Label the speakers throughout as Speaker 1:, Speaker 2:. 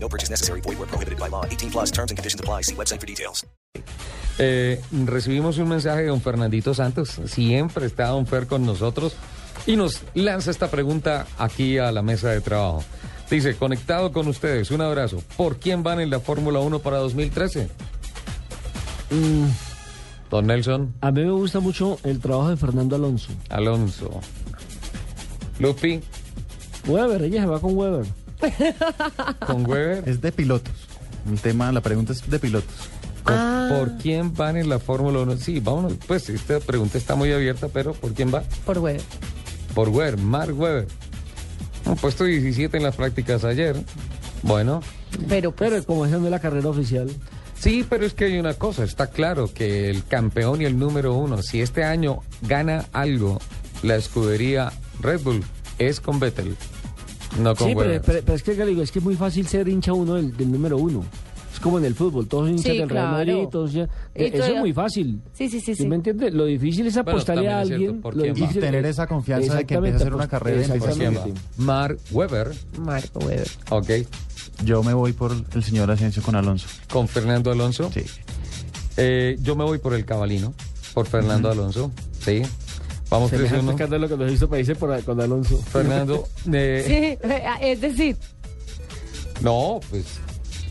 Speaker 1: No purchase necessary. Void where prohibited by law. 18 plus terms and conditions apply. See website for details.
Speaker 2: Eh, recibimos un mensaje de don Fernandito Santos. Siempre está don Fer con nosotros y nos lanza esta pregunta aquí a la mesa de trabajo. Dice, conectado con ustedes, un abrazo. ¿Por quién van en la Fórmula 1 para 2013? Don Nelson
Speaker 3: A mí me gusta mucho el trabajo de Fernando Alonso.
Speaker 2: Alonso. Lupi
Speaker 3: Weber, ella se va con Weber.
Speaker 2: con Weber.
Speaker 4: Es de pilotos. El tema, la pregunta es de pilotos.
Speaker 2: ¿Por,
Speaker 3: Ah.
Speaker 2: por quién van en la Fórmula 1? Sí, vámonos. Pues esta pregunta está muy abierta, pero ¿por quién va?
Speaker 5: Por web.
Speaker 2: Por Weber, Mark Weber. Un puesto 17 en las prácticas ayer. Bueno,
Speaker 5: Pero pues,
Speaker 3: Pero como esa no es la carrera oficial,
Speaker 2: Sí, pero es que hay una cosa, está claro que el campeón y el número uno, si este año gana algo la escudería Red Bull, es con Vettel, no con
Speaker 3: sí, pero,
Speaker 2: Webber.
Speaker 3: pero- pero es que Galigo, es que es muy fácil ser hincha uno del, del número uno. Es como en el fútbol, todos son hinchas
Speaker 5: Sí,
Speaker 3: del Real
Speaker 5: claro.
Speaker 3: Madrid, todos ya-
Speaker 5: Y
Speaker 3: eh, eso
Speaker 5: todo-
Speaker 3: es muy fácil.
Speaker 5: sí, sí, sí,
Speaker 3: ¿Sí
Speaker 5: sí.
Speaker 3: me entiendes? Lo difícil es
Speaker 2: Bueno,
Speaker 3: apostarle
Speaker 2: también
Speaker 3: a
Speaker 2: es cierto,
Speaker 3: alguien
Speaker 2: ¿por
Speaker 3: lo
Speaker 2: quién va?
Speaker 3: difícil
Speaker 4: Y tener
Speaker 3: es-
Speaker 4: esa confianza de que empieza a hacer una
Speaker 3: apost-
Speaker 4: carrera y empieza a
Speaker 2: ¿Por quién
Speaker 3: exactamente.
Speaker 2: va? Mark Webber,
Speaker 5: Marco Weber.
Speaker 2: ok,
Speaker 4: Yo me voy por el señor Asensio con Alonso.
Speaker 2: con Fernando Alonso.
Speaker 4: Sí.
Speaker 2: Eh, yo me voy por el cabalino, por Fernando Alonso, sí. Vamos
Speaker 3: Semejante
Speaker 2: 3-1.
Speaker 3: escándalo que nos hizo países por, con Alonso.
Speaker 2: Fernando, eh,
Speaker 5: Sí, es decir,
Speaker 2: no, pues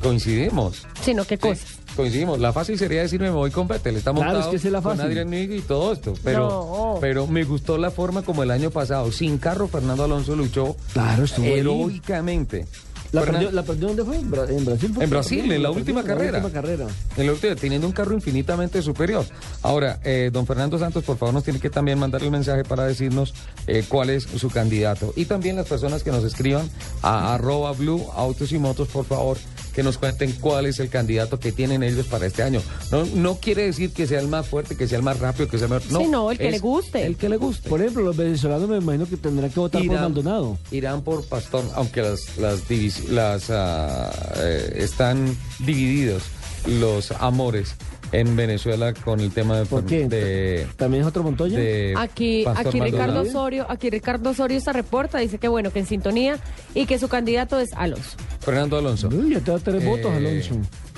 Speaker 2: coincidimos.
Speaker 5: sino qué cosa.
Speaker 2: Sí, coincidimos. La fácil sería decirme me voy con Vettel. Está
Speaker 3: Claro,
Speaker 2: montado
Speaker 3: es que esa es la
Speaker 2: con
Speaker 3: fácil.
Speaker 2: Adrián Newey y todo esto. Pero,
Speaker 5: No.
Speaker 2: pero me gustó la forma como el año pasado, sin carro, Fernando Alonso luchó
Speaker 3: Claro, estuvo ahí.
Speaker 2: heroicamente.
Speaker 3: ¿La
Speaker 2: Fernan-
Speaker 3: perdió, ¿La perdió dónde fue? ¿En Bra- en Brasil? fue?
Speaker 2: En Brasil, en la
Speaker 3: Perdió,
Speaker 2: última
Speaker 3: perdió,
Speaker 2: carrera.
Speaker 3: En la última carrera.
Speaker 2: En la última, teniendo un carro infinitamente superior. Ahora, eh, don Fernando Santos, por favor, nos tiene que también mandar el mensaje para decirnos eh, cuál es su candidato. Y también las personas que nos escriban a arroba blue autos y motos, por favor, que nos cuenten cuál es el candidato que tienen ellos para este año. No, no quiere decir que sea el más fuerte, que sea el más rápido, que sea el mejor. No,
Speaker 5: Sí, no, el que
Speaker 2: es
Speaker 5: le guste.
Speaker 2: El que le guste.
Speaker 3: Por ejemplo, los venezolanos me imagino que tendrán que votar por Maldonado.
Speaker 2: Irán por Pastor, aunque las, las, divis- las ah, eh, están divididos los amores en Venezuela con el tema de
Speaker 3: ¿Por qué?
Speaker 2: de,
Speaker 3: ¿También es otro Montoya?
Speaker 2: de
Speaker 5: Aquí,
Speaker 2: Pastor
Speaker 5: aquí Ricardo
Speaker 2: Maldonado.
Speaker 5: Osorio, aquí Ricardo Osorio se reporta, dice que bueno, que en sintonía y que su candidato es Alonso.
Speaker 2: Fernando Alonso.
Speaker 3: Uy, ya Mm, te da tres
Speaker 2: Eh,
Speaker 3: votos, Alonso.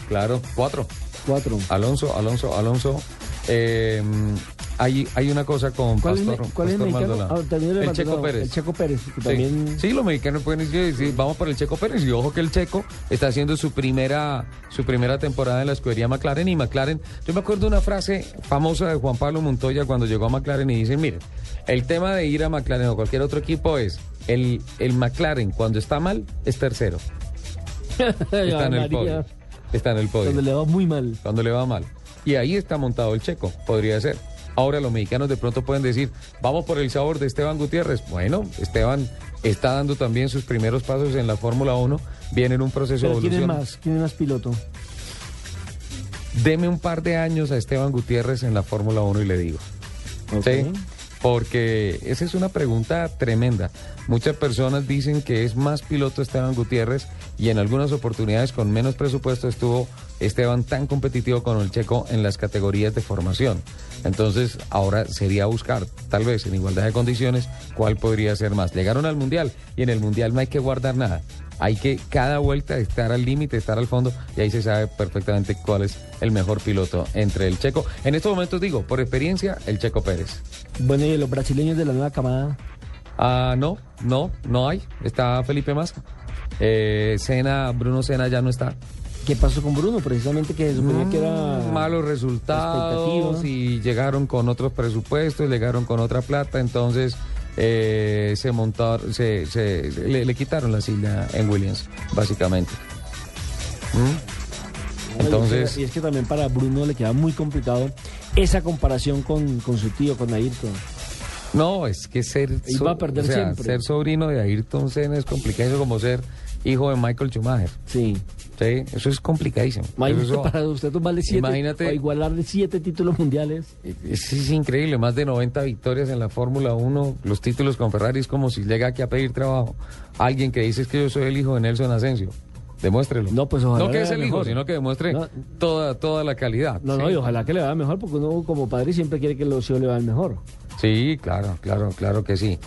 Speaker 2: Claro, cuatro.
Speaker 3: Cuatro.
Speaker 2: Alonso, Alonso, Alonso. Eh, hay, hay una cosa con
Speaker 3: ¿Cuál es
Speaker 2: Pastor,
Speaker 3: me- cuál es
Speaker 2: Pastor
Speaker 3: el mexicano?
Speaker 2: Maldonado.
Speaker 3: Ah, también el
Speaker 2: el
Speaker 3: Maldonado,
Speaker 2: Checo Pérez.
Speaker 3: el Checo Pérez, que
Speaker 2: Sí.
Speaker 3: también-
Speaker 2: Sí, los mexicanos pueden decir, sí, vamos por el Checo Pérez. Y ojo que el Checo está haciendo su primera, su primera temporada en la escudería McLaren. Y McLaren, yo me acuerdo una frase famosa de Juan Pablo Montoya cuando llegó a McLaren y dice, miren, el tema de ir a McLaren o cualquier otro equipo es, el, el McLaren cuando está mal es tercero. Está en el podio. Está en el podio
Speaker 3: Donde le va muy mal.
Speaker 2: cuando le va mal. Y ahí está montado el checo, podría ser. Ahora los mexicanos de pronto pueden decir, vamos por el sabor de Esteban Gutiérrez. Bueno, Esteban está dando también sus primeros pasos en la Fórmula 1, viene en un proceso
Speaker 3: Pero
Speaker 2: de
Speaker 3: ¿quién es
Speaker 2: evolución.
Speaker 3: más? ¿Quién es más piloto?
Speaker 2: Deme un par de años a Esteban Gutiérrez en la Fórmula 1 y le digo.
Speaker 3: Ok.
Speaker 2: ¿Sí? Porque esa es una pregunta tremenda. Muchas personas dicen que es más piloto Esteban Gutiérrez y en algunas oportunidades con menos presupuesto estuvo Esteban tan competitivo con el checo en las categorías de formación. Entonces ahora sería buscar, tal vez en igualdad de condiciones, cuál podría ser más. Llegaron al Mundial y en el Mundial no hay que guardar nada. Hay que cada vuelta estar al límite, estar al fondo, y ahí se sabe perfectamente cuál es el mejor piloto entre el checo. En estos momentos digo, por experiencia, el checo Pérez.
Speaker 3: Bueno, y los brasileños de la nueva camada.
Speaker 2: Ah, no, no, no hay. Está Felipe Massa. Eh, Sena, Bruno Sena ya no está. Mm,
Speaker 3: ¿Qué pasó con Bruno? Precisamente que se suponía que era...
Speaker 2: Malos resultados
Speaker 3: expectativa.
Speaker 2: y llegaron con otros presupuestos, llegaron con otra plata, entonces eh, se montaron, se, se- se- le, le quitaron la silla en Williams, básicamente. ¿Mm?
Speaker 3: Bueno,
Speaker 2: Entonces,
Speaker 3: Y es que también para Bruno le queda muy complicado esa comparación con, con su tío, con Ayrton.
Speaker 2: No, es que ser,
Speaker 3: Y
Speaker 2: so-
Speaker 3: va a perder
Speaker 2: o sea,
Speaker 3: siempre.
Speaker 2: ser sobrino de Ayrton Senna es complicado como ser hijo de Michael Schumacher.
Speaker 3: Sí.
Speaker 2: Sí, eso es complicadísimo.
Speaker 3: Imagínate
Speaker 2: Eso-
Speaker 3: para usted tomarle siete,
Speaker 2: Imagínate.
Speaker 3: o igualarle siete títulos mundiales.
Speaker 2: Es, es increíble, más de 90 victorias en la Fórmula 1, los títulos con Ferrari es como si llega aquí a pedir trabajo. Alguien que dice es que yo soy el hijo de Nelson Asensio, demuéstrelo.
Speaker 3: No, pues, ojalá
Speaker 2: No que
Speaker 3: le
Speaker 2: es
Speaker 3: vaya
Speaker 2: el hijo,
Speaker 3: mejor.
Speaker 2: sino que demuestre
Speaker 3: No.
Speaker 2: toda, toda la calidad.
Speaker 3: No,
Speaker 2: ¿sí?
Speaker 3: no, y ojalá que le vaya mejor, porque uno como padre siempre quiere que los hijos le vayan mejor.
Speaker 2: Sí, claro, claro, claro que sí.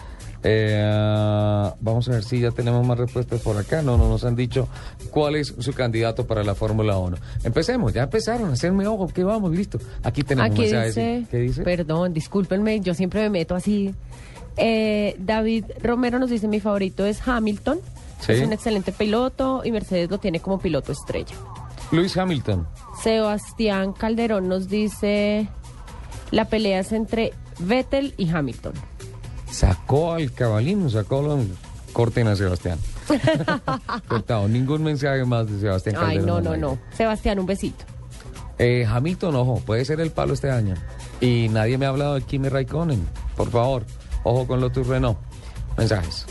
Speaker 2: Eh, vamos a ver si ya tenemos más respuestas por acá. No, no nos han dicho cuál es su candidato para la Fórmula 1. Empecemos, ya empezaron a hacerme ojo, que vamos, listo. Aquí tenemos
Speaker 5: Aquí
Speaker 2: mensajes,
Speaker 5: dice,
Speaker 2: ¿sí? ¿Qué dice?
Speaker 5: Perdón, discúlpenme, yo siempre me meto así. Eh, David Romero nos dice, mi favorito es Hamilton.
Speaker 2: Sí.
Speaker 5: Es un excelente piloto y Mercedes lo tiene como piloto estrella.
Speaker 2: Luis Hamilton.
Speaker 5: Sebastián Calderón nos dice, la pelea es entre Vettel y Hamilton.
Speaker 2: Sacó al cabalín, sacó los... Corten a Sebastián. Cortado, ningún mensaje más de Sebastián
Speaker 5: Ay,
Speaker 2: Calderón
Speaker 5: no,
Speaker 2: al
Speaker 5: no,
Speaker 2: aire.
Speaker 5: no. Sebastián, un besito.
Speaker 2: Eh, Hamilton, ojo, puede ser el palo este año. Y nadie me ha hablado de Kimi Raikkonen. Por favor, ojo con Lotus Renault. Mensajes.